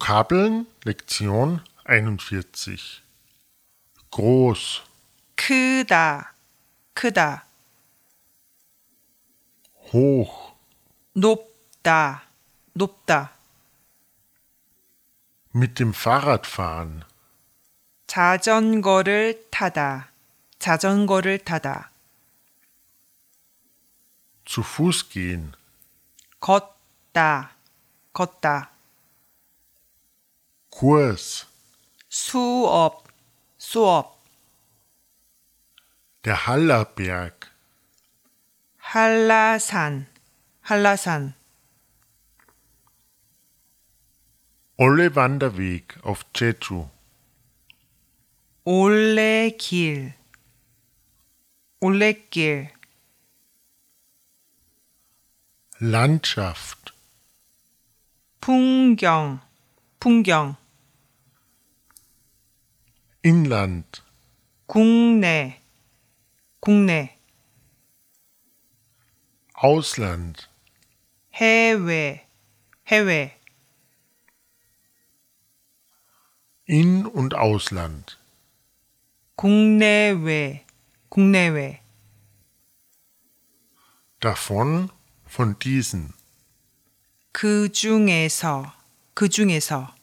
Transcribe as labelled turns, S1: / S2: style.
S1: Vokabeln Lektion 41 Groß,
S2: 크다, 크다,
S1: hoch,
S2: 높다, 높다,
S1: mit dem Fahrrad fahren,
S2: 자전거를 타다, 자전거를 타다,
S1: zu Fuß gehen,
S2: 걷다, 걷다,
S1: Kurs,
S2: 수업, 수업,
S1: der Hallerberg,
S2: 한라산, 한라산,
S1: Olle Wanderweg auf Jeju,
S2: 올레길, 올레길,
S1: Landschaft,
S2: 풍경, 풍경,
S1: Inland,
S2: 국내, 국내,
S1: Ausland,
S2: 해외, 해외,
S1: In- und Ausland,
S2: 국내외, 국내외,
S1: davon, von diesen.
S2: 그 중에서, 그 중에서,